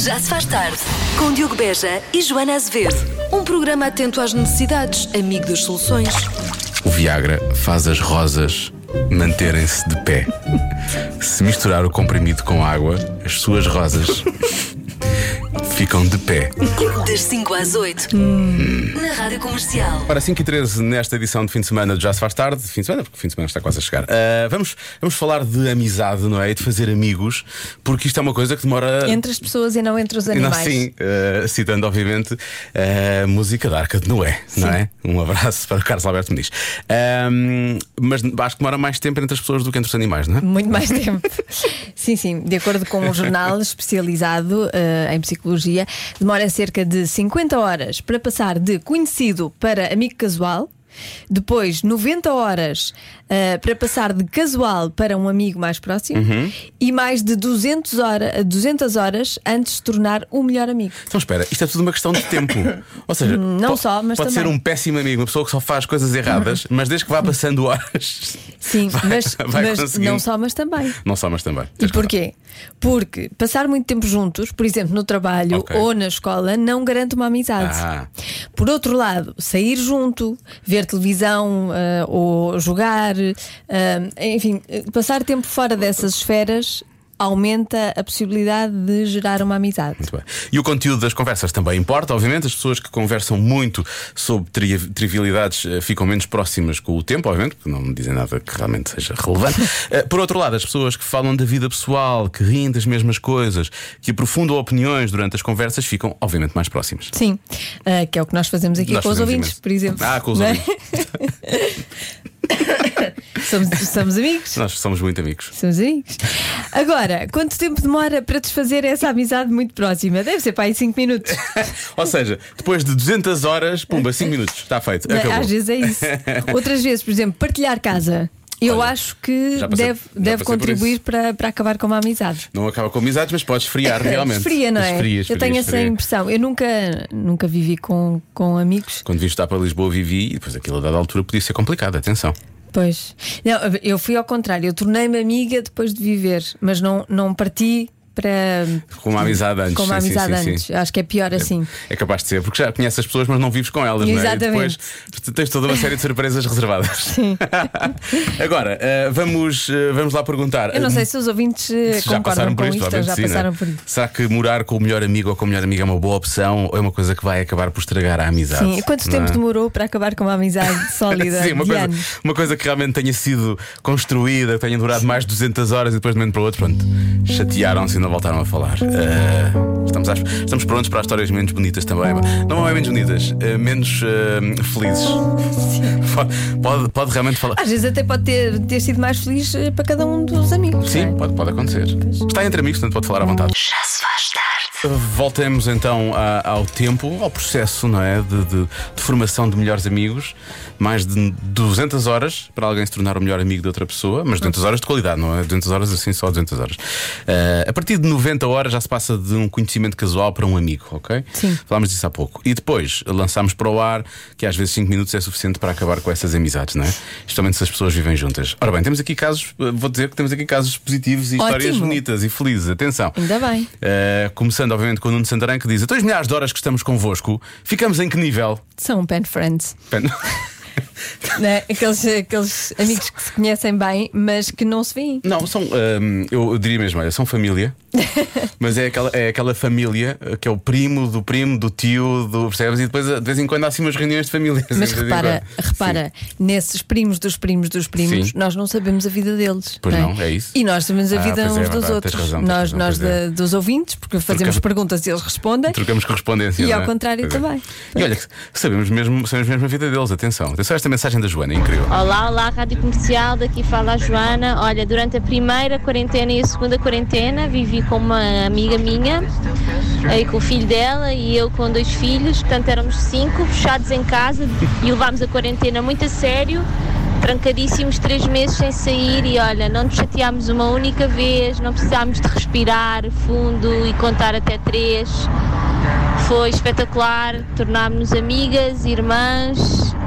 Já se faz tarde, com Diogo Beja e Joana Azevedo. Um programa atento às necessidades, amigo das soluções. O Viagra faz as rosas manterem-se de pé. Se misturar o comprimido com água, as suas rosas ficam de pé. Das 5 às 8, na Rádio Comercial. Para 5 e 13 nesta edição de fim de semana de Já se faz tarde, fim de semana, porque o fim de semana está quase a chegar. Ah, vamos, vamos falar de amizade, não é? E de fazer amigos, porque isto é uma coisa que demora. Entre as pessoas e não entre os E nós, animais. sim, eh, citando obviamente a música da Arca de Noé, não é? Um abraço para o Carlos Alberto Muniz. Ahm, mas acho que demora mais tempo entre as pessoas do que entre os animais, não é? Muito mais tempo. sim, sim. De acordo com um jornal especializado eh, em psicologia, demora cerca de 50 horas para passar de conhecido para amigo casual. Depois, 90 horas eh, para passar de casual para um amigo mais próximo Uhum. e mais de 200, hora, 200 horas antes de tornar o melhor amigo. Então espera, isto é tudo uma questão de tempo. Ou seja, Não po- só, mas pode também. ser um péssimo amigo, uma pessoa que só faz coisas erradas, mas desde que vá passando horas. Sim, vai- mas, vai mas conseguindo. não só, mas também. Não só, mas também. E Tens razão. porquê? Porque passar muito tempo juntos, por exemplo, no trabalho Ok. ou na escola, não garante uma amizade. Ah. Por outro lado, sair junto, ver televisão ah, ou jogar, ah, enfim, eh, passar tempo fora dessas esferas aumenta a possibilidade de gerar uma amizade. Muito bem. E o conteúdo das conversas também importa, obviamente. As pessoas que conversam muito sobre tri- trivialidades eh, ficam menos próximas com o tempo, obviamente, porque não dizem nada que realmente seja relevante. Eh, Por outro lado, as pessoas que falam da vida pessoal, que riem das mesmas coisas, que aprofundam opiniões durante as conversas, ficam, obviamente, mais próximas. Sim, ah, que é o que nós fazemos aqui Nós com os fazemos ouvintes, imenso. por exemplo. Ah, com os Não é? ouvintes. somos, somos amigos. Nós somos muito amigos. Somos amigos. Agora, quanto tempo demora para desfazer essa amizade muito próxima? Deve ser para aí 5 minutos. Ou seja, depois de 200 horas, pumba, 5 minutos, está feito. Não é? Acabou. Às vezes é isso. Outras vezes, por exemplo, partilhar casa. Eu Olha, acho que já passei- deve, já deve passei por contribuir isso. para, para acabar com uma amizade. Não acaba com amizades, mas podes esfriar realmente. é- Esfria, não é? Esfria, esfria, Eu tenho essa esfria. impressão. Eu nunca, nunca vivi com, com amigos. Quando vim estar para Lisboa, vivi e depois aquilo a dada altura podia ser complicado, atenção. Pois. Não, eu fui ao contrário. Eu tornei-me amiga depois de viver, mas não, não parti para. Com uma amizade antes. Com uma sim, sim, amizade sim, sim. antes. Acho que é pior assim. É capaz de ser, porque já conheces as pessoas, mas não vives com elas, não é? E Exatamente. depois tu tens toda uma série de surpresas reservadas. Sim. Agora, eh, vamos, eh, vamos lá perguntar. Eu não sei se os ouvintes eh, Se já concordam passaram por com isto, isto ou obviamente já sim, não é? passaram por isso. Será que morar com o melhor amigo ou com a melhor amiga é uma boa opção ou é uma coisa que vai acabar por estragar a amizade? Sim, e quanto não é? tempo demorou para acabar com uma amizade sólida? Sim, uma de coisa, anos? uma coisa que realmente tenha sido construída, que tenha durado mais de 200 horas e depois de um momento para o outro, pronto, chatearam-se e não voltaram a falar. Eh, estamos, às- estamos prontos para as histórias menos bonitas também. Não é menos bonitas, eh, menos eh, felizes. Pode, pode realmente falar. Às vezes até pode ter, ter sido mais feliz eh, para cada um dos amigos. Sim, não pode, pode acontecer. Está entre amigos, portanto pode falar à vontade. Já se faz tarde, Voltemos então a- ao tempo, ao processo não é? de, de- de formação de melhores amigos. Mais de 200 horas para alguém se tornar o melhor amigo de outra pessoa, mas 200 horas de qualidade, não é? 200 horas assim, só 200 horas. Eh, a partir de 90 horas já se passa de um conhecimento casual para um amigo, ok? Sim. Falámos disso há pouco. E depois lançámos para o ar que às vezes 5 minutos é suficiente para acabar com essas amizades, não é? Especialmente se as pessoas vivem juntas. Ora bem, temos aqui casos, eh, vou dizer que temos aqui casos positivos e histórias Ótimo. bonitas e felizes, atenção. é? Ainda bem. Uh, começando, obviamente, com o Nuno Santarém, que diz: A 2 milhares de horas que estamos convosco, ficamos em que nível? São pen friends. Pen- né? aqueles, aqueles amigos que se conhecem bem, mas que não se veem. Não, são, um, eu eu diria mesmo, olha, são família, mas é aquela, é aquela família uh, que é o primo do primo, do tio, do, percebes? E depois, uh, de vez em quando, há assim umas reuniões de família. assim, Mas de vez em repara, quando. Sim. repara nesses primos dos primos dos primos, Sim. nós não sabemos a vida deles. Pois é? não, é isso. E nós sabemos a Ah, vida pois é, uns é dos verdade, outros. tens razão, tens nós razão, nós pois é. da- dos ouvintes, porque fazemos Trocamos- perguntas e eles respondem. Trocamos correspondência. E não ao é? contrário Pois é. também. E olha, que sabemos mesmo, sabemos mesmo a vida deles, atenção. Atenção a esta mensagem da Joana, é incrível. Olá, olá, Rádio Comercial, daqui fala a Joana. Olha, durante a primeira quarentena e a segunda quarentena vivi com uma amiga minha eh, e com o filho dela e eu com dois filhos, portanto éramos cinco, fechados em casa e levámos a quarentena muito a sério, trancadíssimos três meses sem sair e olha, não nos chateámos uma única vez, não precisámos de respirar fundo e contar até três. Foi espetacular, tornámos-nos amigas, irmãs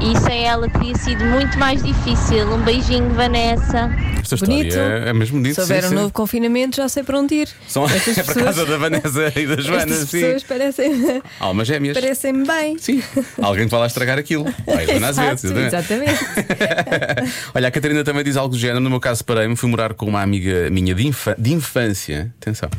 E sem ela teria sido muito mais difícil. Um beijinho, Vanessa. Esta Bonito. história é, é mesmo bonito. Se houver sim, um sim. novo confinamento, já sei para onde ir. São- Estas é para pessoas- casa da Vanessa e da Joana, Estas sim. pessoas parecem, Almas gêmeas. parecem bem. Sim, alguém que vai lá estragar aquilo. Vai, Joana, às vezes, Exato, exatamente. exatamente. é? Olha, a Catarina também diz algo do género. No meu caso, parei-me, fui morar com uma amiga minha de, infa- de infância. Atenção.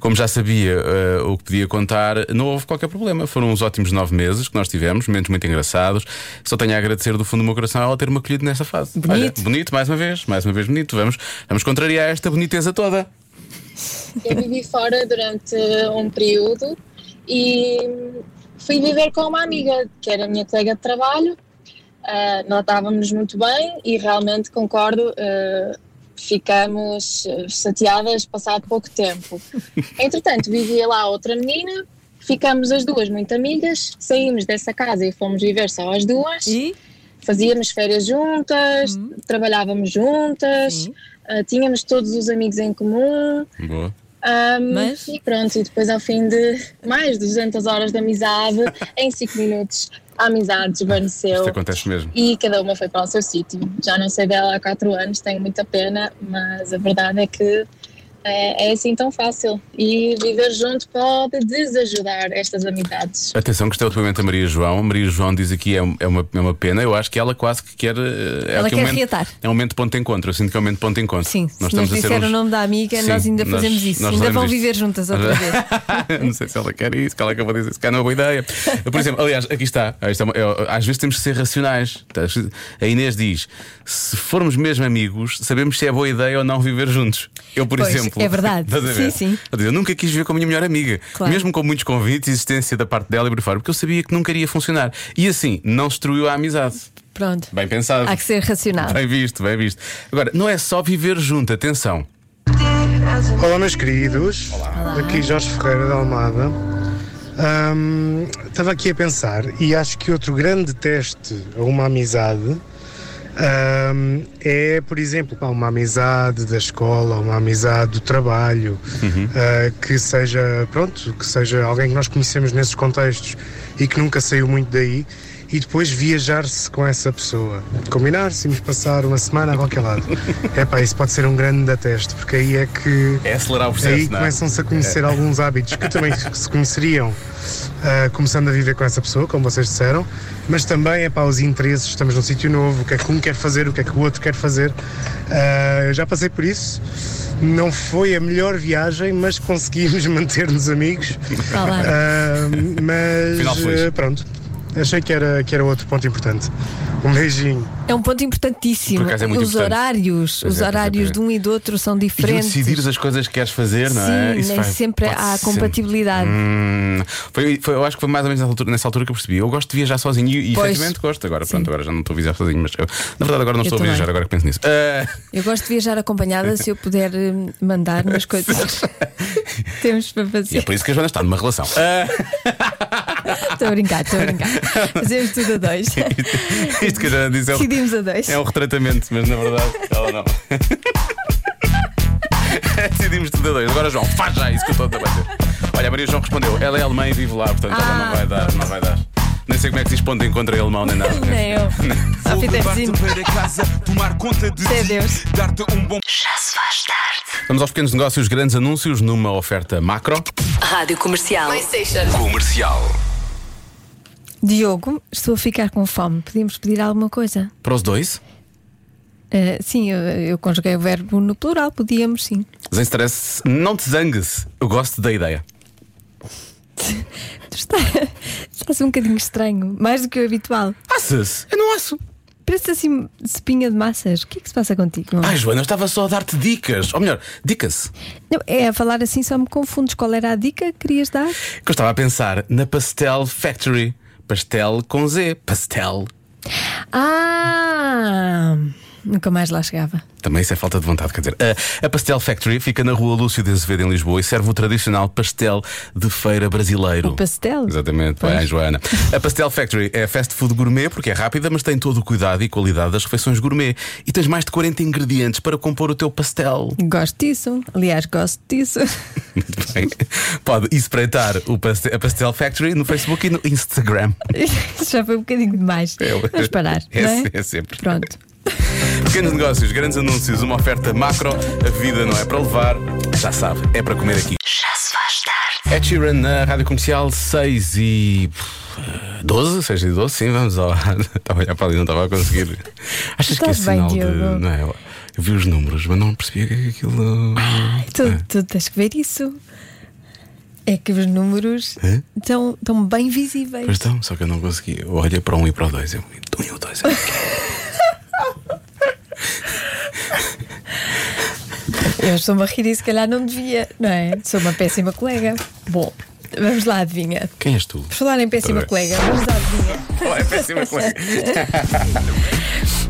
Como já sabia eh, o que podia contar, não houve qualquer problema. Foram uns ótimos nove meses que nós tivemos, momentos muito engraçados. Só tenho a agradecer do fundo do meu coração ela ter-me acolhido nesta fase. Bonito. Olha, bonito, mais uma vez, mais uma vez bonito. Vamos, vamos contrariar esta boniteza toda. Eu vivi fora durante um período e fui viver com uma amiga, que era a minha colega de trabalho. Ah, nós estávamos muito bem e realmente concordo, ah, ficamos ah, chateadas passado pouco tempo. Entretanto, vivia lá outra menina, ficamos as duas muito amigas, saímos dessa casa e fomos viver só as duas E fazíamos férias juntas, trabalhávamos juntas, ah, tínhamos todos os amigos em comum. Boa. ahm, Mas? E pronto, e depois ao fim de mais de 200 horas de amizade, em 5 minutos, a amizade desvaneceu. Isto acontece mesmo. E cada uma foi para o seu sítio. Já não sei dela há 4 anos, tenho muita pena, mas a verdade é que é, é assim tão fácil. E viver junto pode desajudar estas amizades. Atenção, que este é o depoimento da Maria João. A Maria João diz aqui é, um- é uma, é uma pena. Eu acho que ela quase que quer. eh, É Ela aqui quer um momento, reatar. É um momento de ponto de encontro. Eu sinto que é um momento de ponto de encontro. Sim, se nos a ser disser o uns- nome da amiga, Sim, nós ainda fazemos isso. nós Ainda fazemos vão isto. viver juntas outra vez. não sei se ela quer isso, que ela acabou de dizer, se calhar não é uma boa ideia. Por exemplo, aliás, aqui está. Ah, isto é uma- é- às vezes temos que ser racionais. Tá, A Inês diz: se formos mesmo amigos, sabemos se é boa ideia ou não viver juntos. Eu, por Pois, exemplo. é verdade. Estás a ver? Sim, sim. Eu nunca quis viver com a minha melhor amiga, Claro. mesmo com muitos convites e existência da parte dela e por fora, porque eu sabia que nunca iria funcionar. E assim, não destruiu a amizade. Pronto. Bem pensado. Há que ser racional. Bem visto, bem visto. Agora, não é só viver junto, atenção. Olá, meus queridos. Aqui Jorge Ferreira da Almada. Ahm, estava aqui a pensar e acho que outro grande teste a uma amizade ahm, é, por exemplo, pá, uma amizade da escola, uma amizade do trabalho, ah, que seja, pronto, que seja alguém que nós conhecemos nesses contextos e que nunca saiu muito daí e depois viajar-se com essa pessoa. Combinar-se, irmos passar uma semana a qualquer lado. É pá, isso pode ser um grande teste, porque aí é que É acelerar o processo, Aí não é? começam-se a conhecer alguns hábitos que também se conheceriam, ah, começando a viver com essa pessoa, como vocês disseram, mas também é para os interesses, estamos num sítio novo, o que é que um quer fazer, o que é que o outro quer fazer. Ah, eu já passei por isso, não foi a melhor viagem, mas conseguimos manter-nos amigos. Vá lá. Ah, mas Final feliz. ah, pronto, achei que era, que era outro ponto importante. Um beijinho. É um ponto importantíssimo. Por acaso é muito os importante. horários, Pois é, pois os é, horários pois é. de um e do outro são diferentes. E decidires as coisas que queres fazer, não é? Sim, nem vai- sempre pode há ser- compatibilidade. Hum, foi, foi- eu acho que foi mais ou menos nessa altura, nessa altura que eu percebi. Eu gosto de viajar sozinho e, e Pois. efetivamente gosto. Agora, pronto, agora já não estou a viajar sozinho, mas eu- na verdade agora não Eu estou a também. viajar, agora que penso nisso. Ah, Eu gosto de viajar acompanhada se eu puder hum, mandar nas coisas que temos para e é fazer. por isso que a Joana está numa relação. Ah, Estou a brincar, estou a brincar. Fazemos tudo a dois. isto que a Joana diz é um, Decidimos a dois. Então, é um retratamento, mas na verdade ela não. Decidimos tudo a dois. Agora, João, faz já isso que eu estou a bater. Olha, a Maria João respondeu: ela é alemã e vive lá, portanto ela não Ah, vai dar, não vai dar. Nem sei como é que se diz ponto de encontro em alemão nem nada. Nem eu. Só Vou levar-te fitezinho. para casa, tomar conta de Sei ti, Deus. dar-te um bom Já se faz tarde. Vamos aos pequenos negócios, grandes anúncios numa oferta macro. Rádio Comercial. comercial. Diogo, estou a ficar com fome. Podíamos pedir alguma coisa? Para os dois, Ah, sim, eu, eu conjuguei o verbo no plural, podíamos sim. sem stress, não te zangues. Eu gosto da ideia. Está, está-se um bocadinho estranho, mais do que o habitual. Assas, eu não asso. Parece assim cepinha de massas. O que é que se passa contigo? não é? Ai, Joana, eu estava só a dar-te dicas. Ou melhor, dicas. Não, é a falar assim, só me confundes. Qual era a dica que querias dar? Que eu estava a pensar na Pastel Factory. Pastel com Z. Pastel. Ah! Nunca mais lá chegava. Também isso é falta de vontade, quer dizer. A, a Pastel Factory fica na rua Lúcio de Azevedo, em Lisboa, e serve o tradicional pastel de feira brasileiro. O pastel? Exatamente, vai Pois. à Joana. A Pastel Factory é fast food gourmet porque é rápida, mas tem todo o cuidado e qualidade das refeições gourmet. E tens mais de 40 ingredientes para compor o teu pastel. Gosto disso. Aliás, gosto disso. Muito bem. Pode espreitar o paste- a Pastel Factory no Facebook e no Instagram. Isso Já foi um bocadinho demais. Vamos parar. É, não é? é sempre. Pronto. Pequenos negócios, grandes anúncios, uma oferta macro. A vida não é para levar, já sabe, é para comer aqui. Já se faz tarde. Ed Sheeran na Rádio Comercial 6 e. eh, 12? 6 e 12? Sim, vamos ao. Estava a olhar para ali, não estava a conseguir. Achas que é Estás bem, sinal de. Diogo. Não é? Eu eu vi os números, mas não percebia o que é que aquilo. Tu, tu tens que ver isso. É que os números Hã? estão, estão bem visíveis. Pois então, só que eu não consegui. Eu olhei para um e para o dois. Eu, um e o dois. eu- Eu estou-me a rir e se calhar não devia, não é? Sou uma péssima colega. Bom, vamos lá, adivinha. Quem és tu? Por falar em péssima Outra vez. colega, vamos lá, adivinha. Olá, é péssima colega.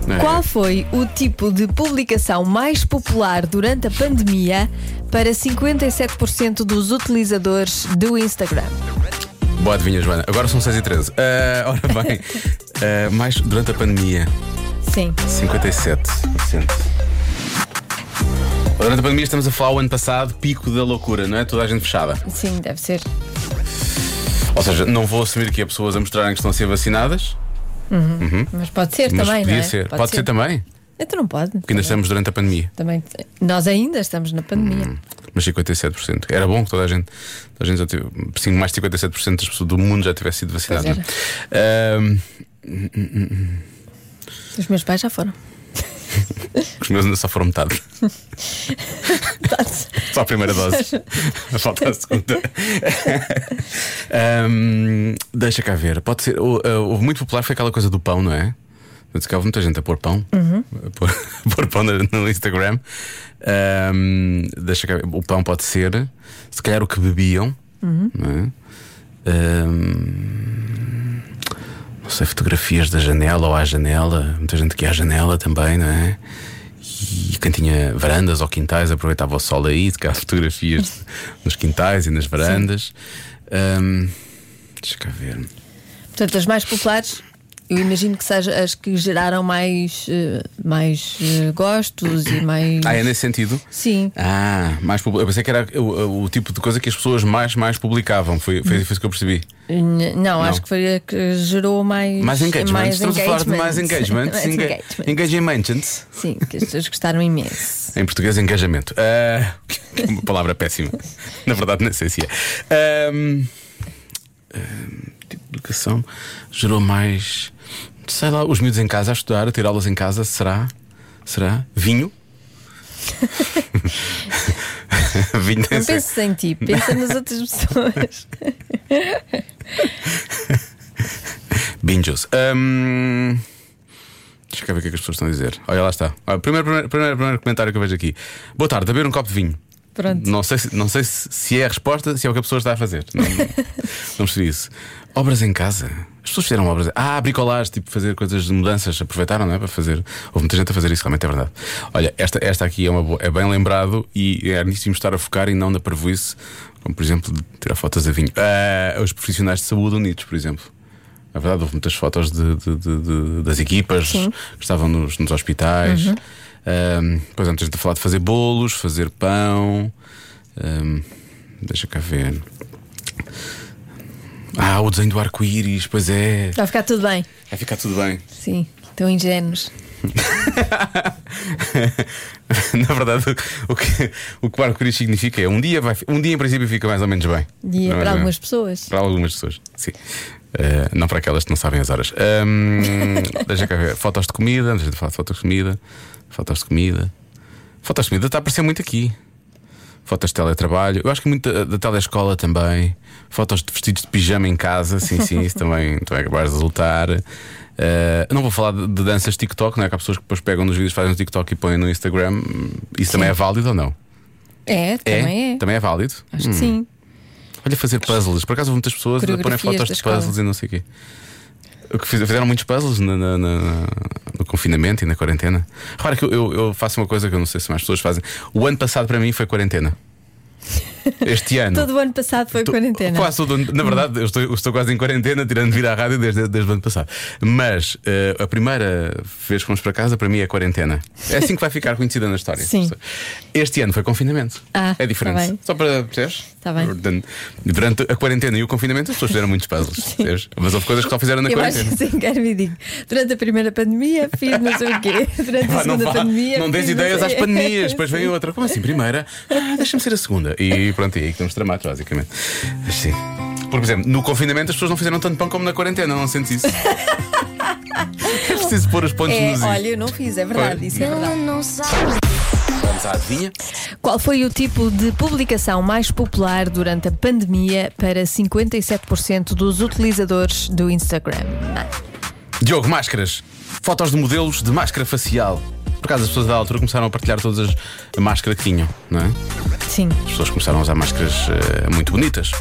Não é? Qual foi o tipo de publicação mais popular durante a pandemia para 57% dos utilizadores do Instagram? Boa adivinha, Joana. Agora são 6 e 13. Ah, ora bem, ah, mais durante a pandemia, Sim. 57%. Durante a pandemia estamos a falar o ano passado, pico da loucura, não é? Toda a gente fechada. Sim, deve ser. Ou seja, não vou assumir que há pessoas a mostrarem que estão a ser vacinadas, Mas pode ser mas também, podia não é? ser. Pode, ser. também, porque Então não pode. ainda estamos durante a pandemia. Também. Nós ainda estamos na pandemia. Mas 57%. Era bom que toda a gente, toda a gente já tive, sim, mais de 57% das pessoas do mundo já tivesse sido vacinado. Pois não é? Ah, hum, Os meus pais já foram. Os meus ainda só foram metade. só a primeira dose. Falta a segunda. Ahm, deixa cá ver. Pode ser. O, ah, o muito popular foi aquela coisa do pão, não é? Eu disse que houve muita gente a pôr pão. A pôr, a pôr pão no, no Instagram. Ahm, deixa cá ver. O pão pode ser. Se calhar o que bebiam. Não é? Ahm, não sei, fotografias da janela ou à janela, muita gente que ia à janela também, não é? E quem tinha varandas ou quintais aproveitava o sol aí, se calhar fotografias nos quintais e nas varandas. Ahm, deixa cá ver. Portanto, as mais populares, eu imagino que sejam as que geraram mais, eh, mais eh, gostos e mais. Ah, é nesse sentido? Sim. Ah, mais pub- eu pensei que era o, o tipo de coisa que as pessoas mais, mais publicavam, foi, foi, foi isso que eu percebi. N- Não, acho que foi a que gerou mais. Mais engagement, mais estamos a falar de mais engagement. engagement. Enga- engagement. Engagement. Sim, que as pessoas gostaram imenso. Em português, engajamento. Ah, que é uma palavra péssima. Na verdade, não sei se é. Ahm, ahm, tipo de educação gerou mais. Sei lá, os miúdos em casa a estudar, a ter aulas em casa, será? Será? Vinho? Vinho tem Não penses em ti, pensa nas outras pessoas. Binjos. Ahm, deixa eu ver o que é que as pessoas estão a dizer. Olha, lá está. Olha, primeiro, primeiro, primeiro, primeiro comentário que eu vejo aqui. Boa tarde, a beber um copo de vinho. Pronto. Não sei, se, não sei se, se é a resposta, se é o que a pessoa está a fazer. Não, não percebi isso. Obras em casa. As pessoas fizeram obras. Ah, bricolage, tipo fazer coisas de mudanças. Aproveitaram, não é? Para fazer. Houve muita gente a fazer isso, realmente é verdade. Olha, esta, esta aqui é, uma boa- é bem lembrado e é nisso que estar a focar e não na parvoíce, como por exemplo de tirar fotos a vinho. Ah, os profissionais de saúde unidos, por exemplo. Na É verdade, houve muitas fotos de- de- de- de- das equipas que estavam nos, nos hospitais. Uhum. Ahm, pois antes de falar de fazer bolos, fazer pão. Ahm, deixa cá ver. Ah, o desenho do arco-íris, pois é. Vai ficar tudo bem. Vai ficar tudo bem. Sim, tão ingênuos. Na verdade, o que o, que o arco-íris significa é um dia, vai, um dia em princípio fica mais ou menos bem. E é Não para é? algumas pessoas. Para algumas pessoas, sim. Ah, não para aquelas que não sabem as horas. Ahm, deixa cá ver. Fotos de comida, deixa de falar de fotos de comida. Fotos de comida. Fotos de comida está a aparecer muito aqui. Fotos de teletrabalho. Eu acho que muito da, da telescola também. Fotos de vestidos de pijama em casa. Sim, sim, isso também, também é capaz de resultar. Ah, não vou falar de, de danças TikTok, não é? Que há pessoas que depois pegam nos vídeos, fazem no TikTok e põem no Instagram. Isso também é válido ou não? É, também é. Também é válido. Acho que sim. Olha, fazer puzzles. Por acaso, houve muitas pessoas a porem Coreografias fotos de da escola. puzzles e não sei o quê. O que fiz- Fizeram muitos puzzles na- na- na- na- no confinamento e na quarentena. Repara que eu- eu, eu faço uma coisa que eu não sei se mais pessoas fazem. O ano passado para mim foi quarentena. Este ano. Todo o ano passado foi Tô- quarentena. Quase todo, na verdade, eu estou, eu estou quase em quarentena, tirando de vir à rádio desde, desde o ano passado. Mas eh, a primeira vez que fomos para casa, para mim, é quarentena. É assim que vai ficar conhecida na história. Sim. Este ano foi confinamento. Ah, é diferente. tá bem. Só para percebes? Tá bem. Portanto, Durante a quarentena e o confinamento, as pessoas fizeram muitos puzzles. percebes? Mas houve coisas que só fizeram na Eu acho quarentena. que sim, quero me digo. Durante a primeira pandemia fiz não sei o quê. Durante a Pá, não, segunda vá, pandemia. não dês fiz ideias sei- É, às pandemias, depois vem Sim. outra. Como assim? Primeira? Ah, deixa-me ser a segunda. E pronto, e aí que estamos tramados, basicamente. Mas sim. Por exemplo, no confinamento as pessoas não fizeram tanto pão como na quarentena, não sentes isso? é preciso pôr os pontos É, nos is. olha, eu não fiz, é verdade, Pois. isso é verdade. Vamos à adivinha? Qual foi o tipo de publicação mais popular durante a pandemia para 57% dos utilizadores do Instagram? Diogo, máscaras. Fotos de modelos de máscara facial. Por acaso as pessoas da altura começaram a partilhar todas as a máscara que tinham, não é? Sim, As pessoas começaram a usar máscaras eh, muito bonitas.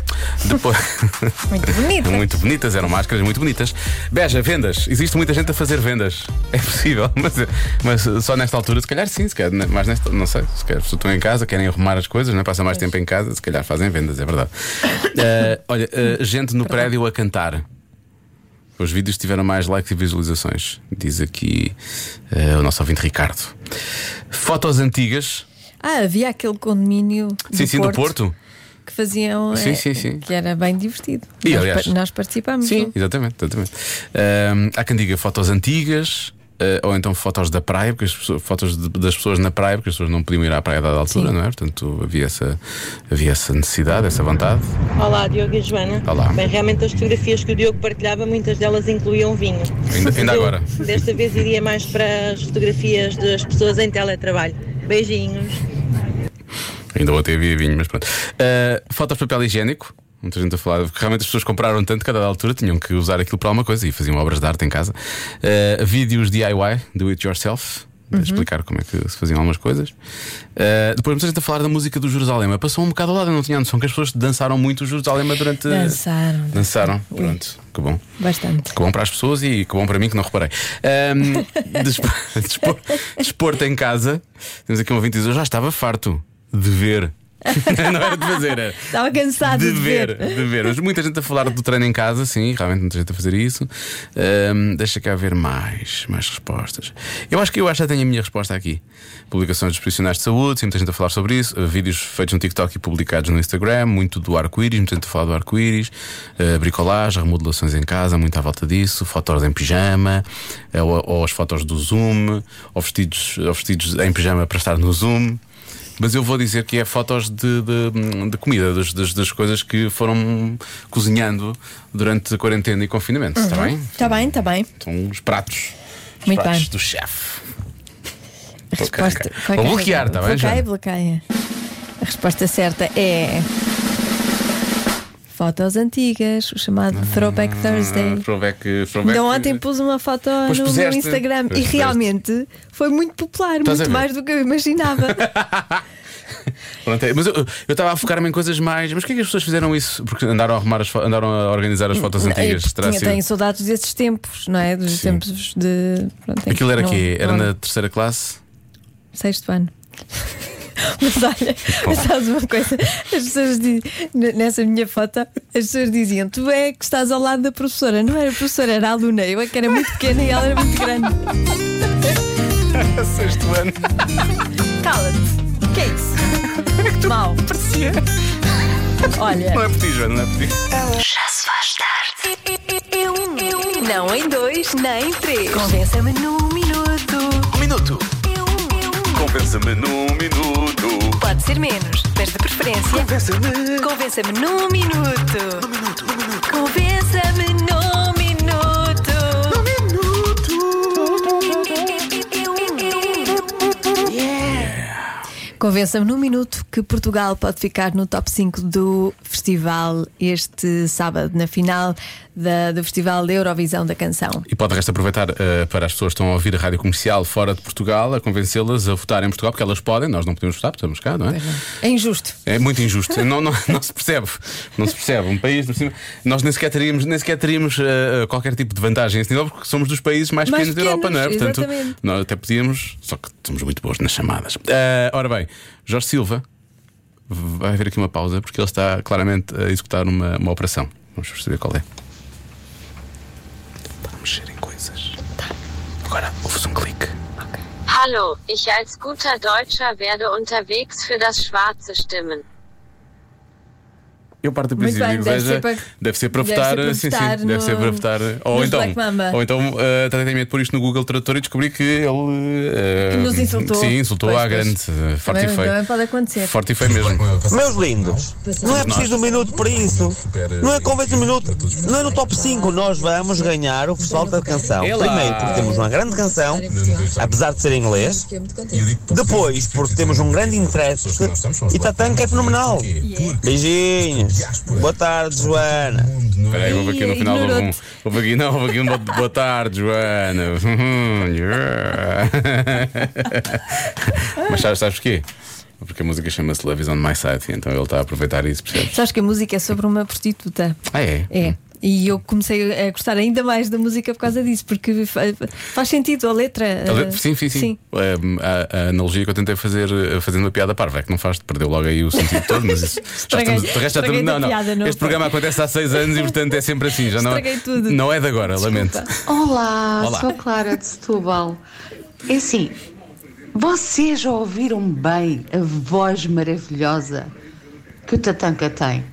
Depois. muito bonito. Muito bonitas, eram máscaras muito bonitas. Beja, vendas. Existe muita gente a fazer vendas. É possível, mas, mas só nesta altura, se calhar sim, se calhar, né, mas nesta, não sei, se calhar se estão em casa, querem arrumar as coisas, não é? passam mais tempo em casa, se calhar fazem vendas, é verdade. Eh, olha, eh, gente no prédio a cantar. Os vídeos tiveram mais likes e visualizações, diz aqui eh, o nosso ouvinte Ricardo. Fotos antigas, Ah, havia aquele condomínio sim, do, sim, Porto do Porto. que faziam. eh, Sim, sim, sim. Que era bem divertido. E, nós, aliás- pa- nós participámos. Sim, não? exatamente. exatamente. Ahm, há quem diga fotos antigas. ah, ou então fotos da praia, porque as pessoas- fotos de- das pessoas na praia, porque as pessoas não podiam ir à praia a dada altura, não é? Portanto, havia essa, havia essa necessidade, essa vontade. Olá, Diogo e Joana. Olá. Bem, realmente as fotografias que o Diogo partilhava, muitas delas incluíam vinho. Ainda, ainda Eu, agora. Desta vez iria mais para as fotografias das pessoas em teletrabalho. Beijinhos. Ainda ontem havia vinho, mas pronto. Ah, fotos de papel higiênico. Muita gente a falar, porque realmente as pessoas compraram tanto que a dada altura tinham que usar aquilo para alguma coisa e faziam obras de arte em casa. Ah, vídeos DIY, do it yourself, Uhum. de explicar como é que se faziam algumas coisas. Ah, depois muita gente a falar da música do Jerusalém. Passou um bocado ao lado, eu não tinha noção que as pessoas dançaram muito o Jerusalém durante. Dançaram. Dançaram, pronto, que bom. Bastante. Que bom para as pessoas e que bom para mim que não reparei. Ahm, despo- despo- desporto em casa. Temos aqui um ouvinte que diz: Eu já estava farto de ver. não era de fazer, era. Estava cansado de, ver, de ver. Mas muita gente a falar do treino em casa, sim, realmente muita gente a fazer isso. Ahm, deixa cá ver mais, mais respostas. Eu acho que eu acho que já tenho a minha resposta aqui. Publicações dos profissionais de saúde, sim, muita gente a falar sobre isso. Uh, Vídeos feitos no TikTok e publicados no Instagram, muito do arco-íris, muita gente a falar do arco-íris. Uh, bricolagem, remodelações em casa, muito à volta disso. Fotos em pijama, eh, ou, ou as fotos do Zoom, ou vestidos, ou vestidos em pijama para estar no Zoom. Mas eu vou dizer que é fotos de, de- de comida, das, das- das coisas que foram cozinhando durante a quarentena e confinamento, está bem? Está Tá bem, está bem. São os pratos. Os Uhum. Muito pratos bem. do chefe. Resposta. ok. Vou qual é que é? bloquear, tá bem, Bloqueia, Joana? bloqueia. A resposta certa é. Fotos antigas, o chamado Throwback Ah, Thursday. Throwback, throwback. Ainda Então ontem pus uma foto é Pois no meu puseste. Instagram Pois e puseste. realmente foi muito popular, Estás a muito ver? mais do que eu imaginava. Pronto, é, mas eu eu estava a focar-me em coisas mais. Mas porquê que as pessoas fizeram isso? Porque andaram a, arrumar as fo- andaram a organizar as fotos Hum, Eu antigas. Terá É, tinha, sido- tenho saudades desses tempos, não é? Dos Sim. tempos de. Pronto, em Aquilo era que não- quê? Era não- na terceira classe? Sexto ano. Mas olha, mas sabes uma coisa? As pessoas dizem, nessa minha foto, as pessoas diziam: Tu é que estás ao lado da professora. Não era professora, era aluna. Eu é que era muito pequena e ela era muito grande. Sexto ano. Cala-te. Que é isso? Mal. Parecia. Olha. Não é por ti, Joana, não é por ti. Já se faz tarde. Não em dois, nem em três. Convença-me num minuto. Um minuto. Eu, eu. Convença-me num minuto. Pode ser menos, mas de preferência. Convença-me. Convença-me num minuto. Convença-me num minuto. Convença-me num minuto que Portugal pode ficar no top 5 do festival este sábado, na final da- do Festival da Eurovisão da Canção. E pode, de resto, aproveitar eh, para as pessoas que estão a ouvir a rádio comercial fora de Portugal, a convencê-las a votar em Portugal, porque elas podem, nós não podemos votar, porque estamos cá, não é? É injusto. É muito injusto. não, não, não se percebe. Não se percebe. Um país, por cima, nós nem sequer teríamos, nem sequer teríamos eh, eh, qualquer tipo de vantagem nesse nível, porque somos dos países mais, Mais pequenos da Europa, não é? pequenos, Portanto, exatamente. nós até podíamos, só que somos muito bons nas chamadas. Eh, ora bem, Jorge Silva, vai haver aqui uma pausa, porque ele está claramente a executar uma, uma operação. Vamos perceber qual é. Está a mexer em coisas. Tá. Agora, ouve-se um clique. Hallo, ich als guter Deutscher werde unterwegs für das Schwarze stimmen. Eu parto do Muito princípio que bem, deve seja- ser para- deve ser para deve votar, ser para sim, votar sim, deve ser para no- votar. Ou nos então, Black Mamba. ou então eh, tentei por isto no Google Tradutor e descobri que ele eh, Nos insultou. Sim, insultou Pois, à pois. grande, eh, forte Também- e feio. também pode acontecer. Forte e feio mesmo. Meus lindos, não é preciso um minuto para isso. Não é convence um minuto. Não é no top 5 nós vamos ganhar o Festival da Canção. Primeiro, porque temos uma grande canção, apesar de ser em inglês. Depois, porque temos um grande intérprete e Tatanka é fenomenal. Beijinhos. Boa tarde, Joana. Espera aí, houve aqui no Ih, final. Houve, um, ignorou-te. houve aqui, não, houve aqui um bo- boa tarde, Joana. Hum, yeah. Mas sabes, sabes porquê? Porque a música chama-se Love is on My Side, então ele está a aproveitar isso, percebes? Sabes que a música é sobre uma prostituta. Ah, é? É. E eu comecei a gostar ainda mais da música por causa disso, porque fa- faz sentido a letra. A eh, le- Sim, sim, sim. Um, A, a analogia que eu tentei fazer eh, fazendo uma piada parva, é que não faz, perdeu logo aí o sentido todo, mas isso já Estraguei- estamos. de resto já estraguei estamos- da não, não. piada, não este foi? programa acontece há seis anos e portanto é sempre assim. Já não, Estraguei tudo. não é de agora, lamento. Olá, Olá. sou a Clara de Setúbal. É assim, vocês já ouviram bem a voz maravilhosa que o Tatanka tem?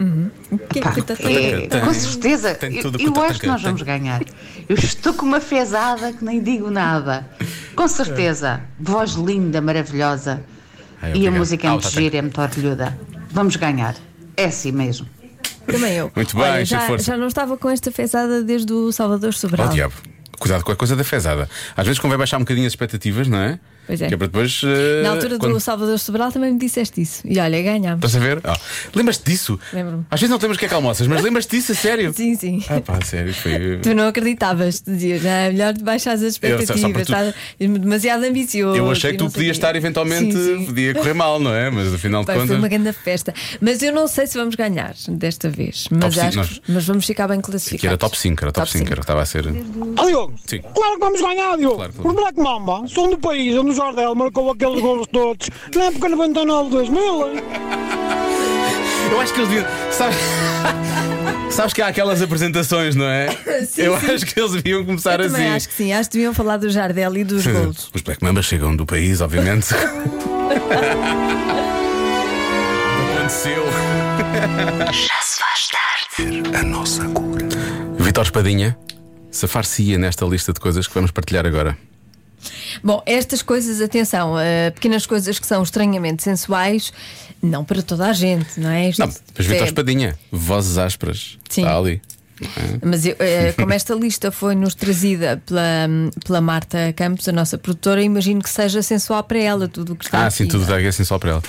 que é Pá, que tá- é, tem? com certeza, Tem eu, tudo que o eu Tatanka acho que nós tem. vamos ganhar. Eu estou com uma fezada que nem digo nada. Com certeza, É. voz linda, maravilhosa. Ai, e a obrigado. música é Ah, o muito Tatanka. gira, é muito orgulhuda. Vamos ganhar. É assim mesmo. Também eu. Muito bem, Olha, cheio de já, força. já não estava com esta fezada desde o Salvador Oh, Sobral. diabo. Cuidado com a coisa da fezada. Às vezes convém baixar um bocadinho as expectativas, não é? Pois é. Que é para depois. eh, Na altura quando- do Salvador Sobral também me disseste isso. E olha, ganhámos. Estás a ver? Ah, Lembras-te disso? Lembro-me. Às vezes não temos que é que almoças, mas lembras-te disso a sério? Sim, sim. Ah, pá, a sério, foi. Tu não acreditavas, tu dizias, "Não, é melhor baixar as para tu- expectativas, estás demasiado ambicioso. Eu achei que e tu não sei podias quê." estar eventualmente, Sim, sim. podia correr mal, não é? Mas afinal de Pá, Foi contas. uma grande festa. Mas eu não sei se vamos ganhar desta vez. Mas, cinco, acho que- mas vamos ficar bem classificados. Que era top 5, era top, 5, era o que estava a ser. Ó Diogo, Sim. claro que vamos ganhar, Diogo. Claro, claro. Os Black Mamba são do país onde o Jardel marcou aqueles golos todos na época 99-2000. Eu acho que eles deviam. Sabes, sabes que há aquelas apresentações, não é? Sim, Eu sim. acho que eles deviam começar Eu assim. também acho que sim. Acho que deviam falar do Jardel e dos golos. Os Black Mambas chegam do país, obviamente. Aconteceu. A nossa cura. Vitor Espadinha, safar-se-ia nesta lista de coisas que vamos partilhar agora. Bom, estas coisas, atenção, eh, pequenas coisas que são estranhamente sensuais, não para toda a gente, não é? Isto- Não, mas Vitor é, Espadinha, vozes ásperas. Sim. Está ali. Mas eu, eh, como esta lista foi-nos trazida pela, pela Marta Campos, a nossa produtora, imagino que seja sensual para ela tudo o que está Ah, Tá aqui. sim, tudo dá assim só para ela.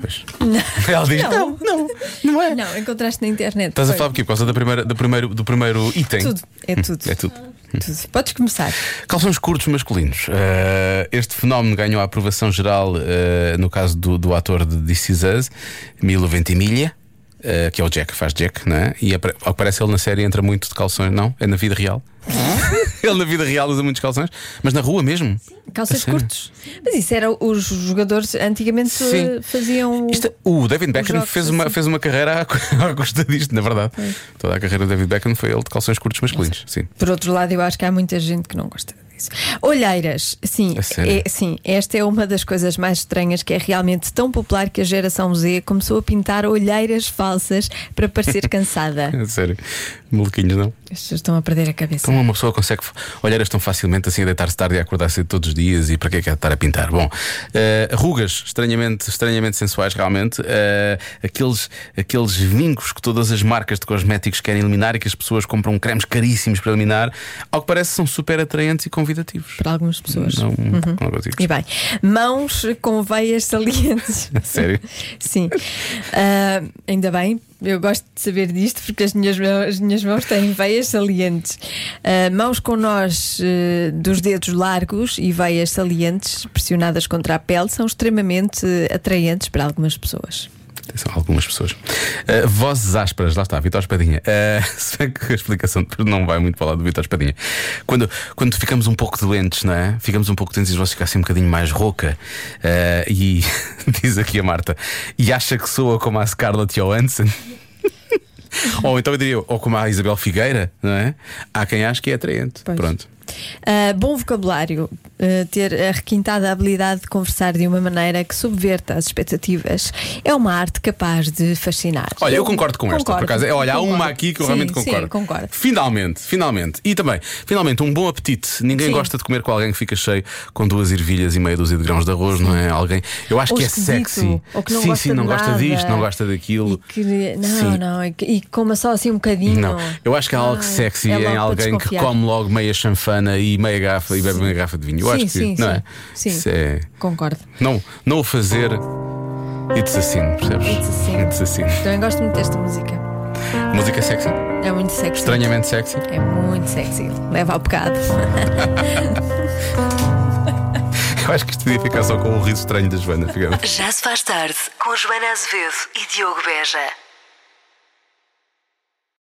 Pois. Ela diz: Não, não, não é. Não, encontraste na internet. Estás a foi. falar aqui por causa da primeira, do, primeiro, do primeiro item. Tudo, é tudo. É tudo. Tudo. Podes começar. Calções curtos masculinos. Eh, este fenómeno ganhou a aprovação geral eh, no caso do, do ator de This Is Us, Milo Ventimiglia, eh, que é o Jack, faz Jack, não é? E apare- ao que parece ele na série entra muito de calções, não? É na vida real. ele na vida real usa muitos calções, mas na rua mesmo. Calças sério? curtos. Mas isso era os jogadores antigamente Sim. eh, faziam. Isto- é, o David Beckham jogos, fez uma, assim. fez uma carreira à, cu- à custa disto, na verdade. Toda a carreira do David Beckham foi ele de calções curtos masculinos. Sim. Por outro lado, eu acho que há muita gente que não gosta disso. Olheiras, sim, A sério? é- sim, esta é uma das coisas mais estranhas que é realmente tão popular que a geração Z começou a pintar olheiras falsas para parecer cansada. É sério. Maluquinhos, não? As pessoas estão a perder a cabeça. Então uma pessoa consegue olhar tão facilmente assim a deitar-se tarde e a acordar cedo todos os dias e para que é que é estar a pintar? Bom, eh, rugas estranhamente, estranhamente sensuais realmente, eh, aqueles, aqueles vincos que todas as marcas de cosméticos querem eliminar e que as pessoas compram cremes caríssimos para eliminar, ao que parece são super atraentes e convém convidativos. Para algumas pessoas. Não, Uhum. não consigo. E bem, mãos com veias salientes. Sério? Sim. Ah, ainda bem, eu gosto de saber disto porque as minhas, mão- as minhas mãos têm veias salientes. Ah, mãos com nós eh, dos dedos largos e veias salientes pressionadas contra a pele são extremamente eh, atraentes para algumas pessoas. São algumas pessoas. Uh, vozes ásperas, lá está, Vitor Espadinha. Uh, se bem que a explicação depois não vai muito para lá do Vitor Espadinha. Quando, quando ficamos um pouco doentes, não é? Ficamos um pouco doentes e as vozes ficam assim um bocadinho mais rouca. Uh, e diz aqui a Marta, e acha que soa como a Scarlett Johansson? ou então eu diria, ou como a Isabel Figueira, não é? Há quem acha que é atraente. Pronto. Ah, bom vocabulário, ah, ter a requintada habilidade de conversar de uma maneira que subverta as expectativas, é uma arte capaz de fascinar. Olha, eu concordo com esta, por Concordo, acaso. É, Olha, há concordo. uma aqui que eu Sim, realmente concordo. Sim, concordo. Finalmente, finalmente. E também, finalmente, um bom apetite. Ninguém Sim. gosta de comer com alguém que fica cheio com duas ervilhas e meia dúzia de grãos de arroz, não é? Alguém. Eu acho Ou que é esquisito, sexy. ou que não sim, gosta sim, de não gosta nada. disto, não gosta daquilo. Que- não, Sim. não, e, que- e coma só assim um bocadinho. Não, eu acho que há algo Ai, sexy é logo em para alguém que desconfiar. come logo meia chanfana e meia garrafa e bebe meia garrafa de vinho. Eu Sim, acho que sim, não sim. é? Sim. Isso é- Concordo. Não, não o fazer. It's assim, percebes? It's a sin. It's assim. Também gosto muito desta música. Música sexy? É muito sexy. Estranhamente sexy? É muito sexy. Leva ao pecado. Eu acho que isto devia ficar só com o riso estranho da Joana. Ficamos. Já se faz tarde com Joana Azevedo e Diogo Beja.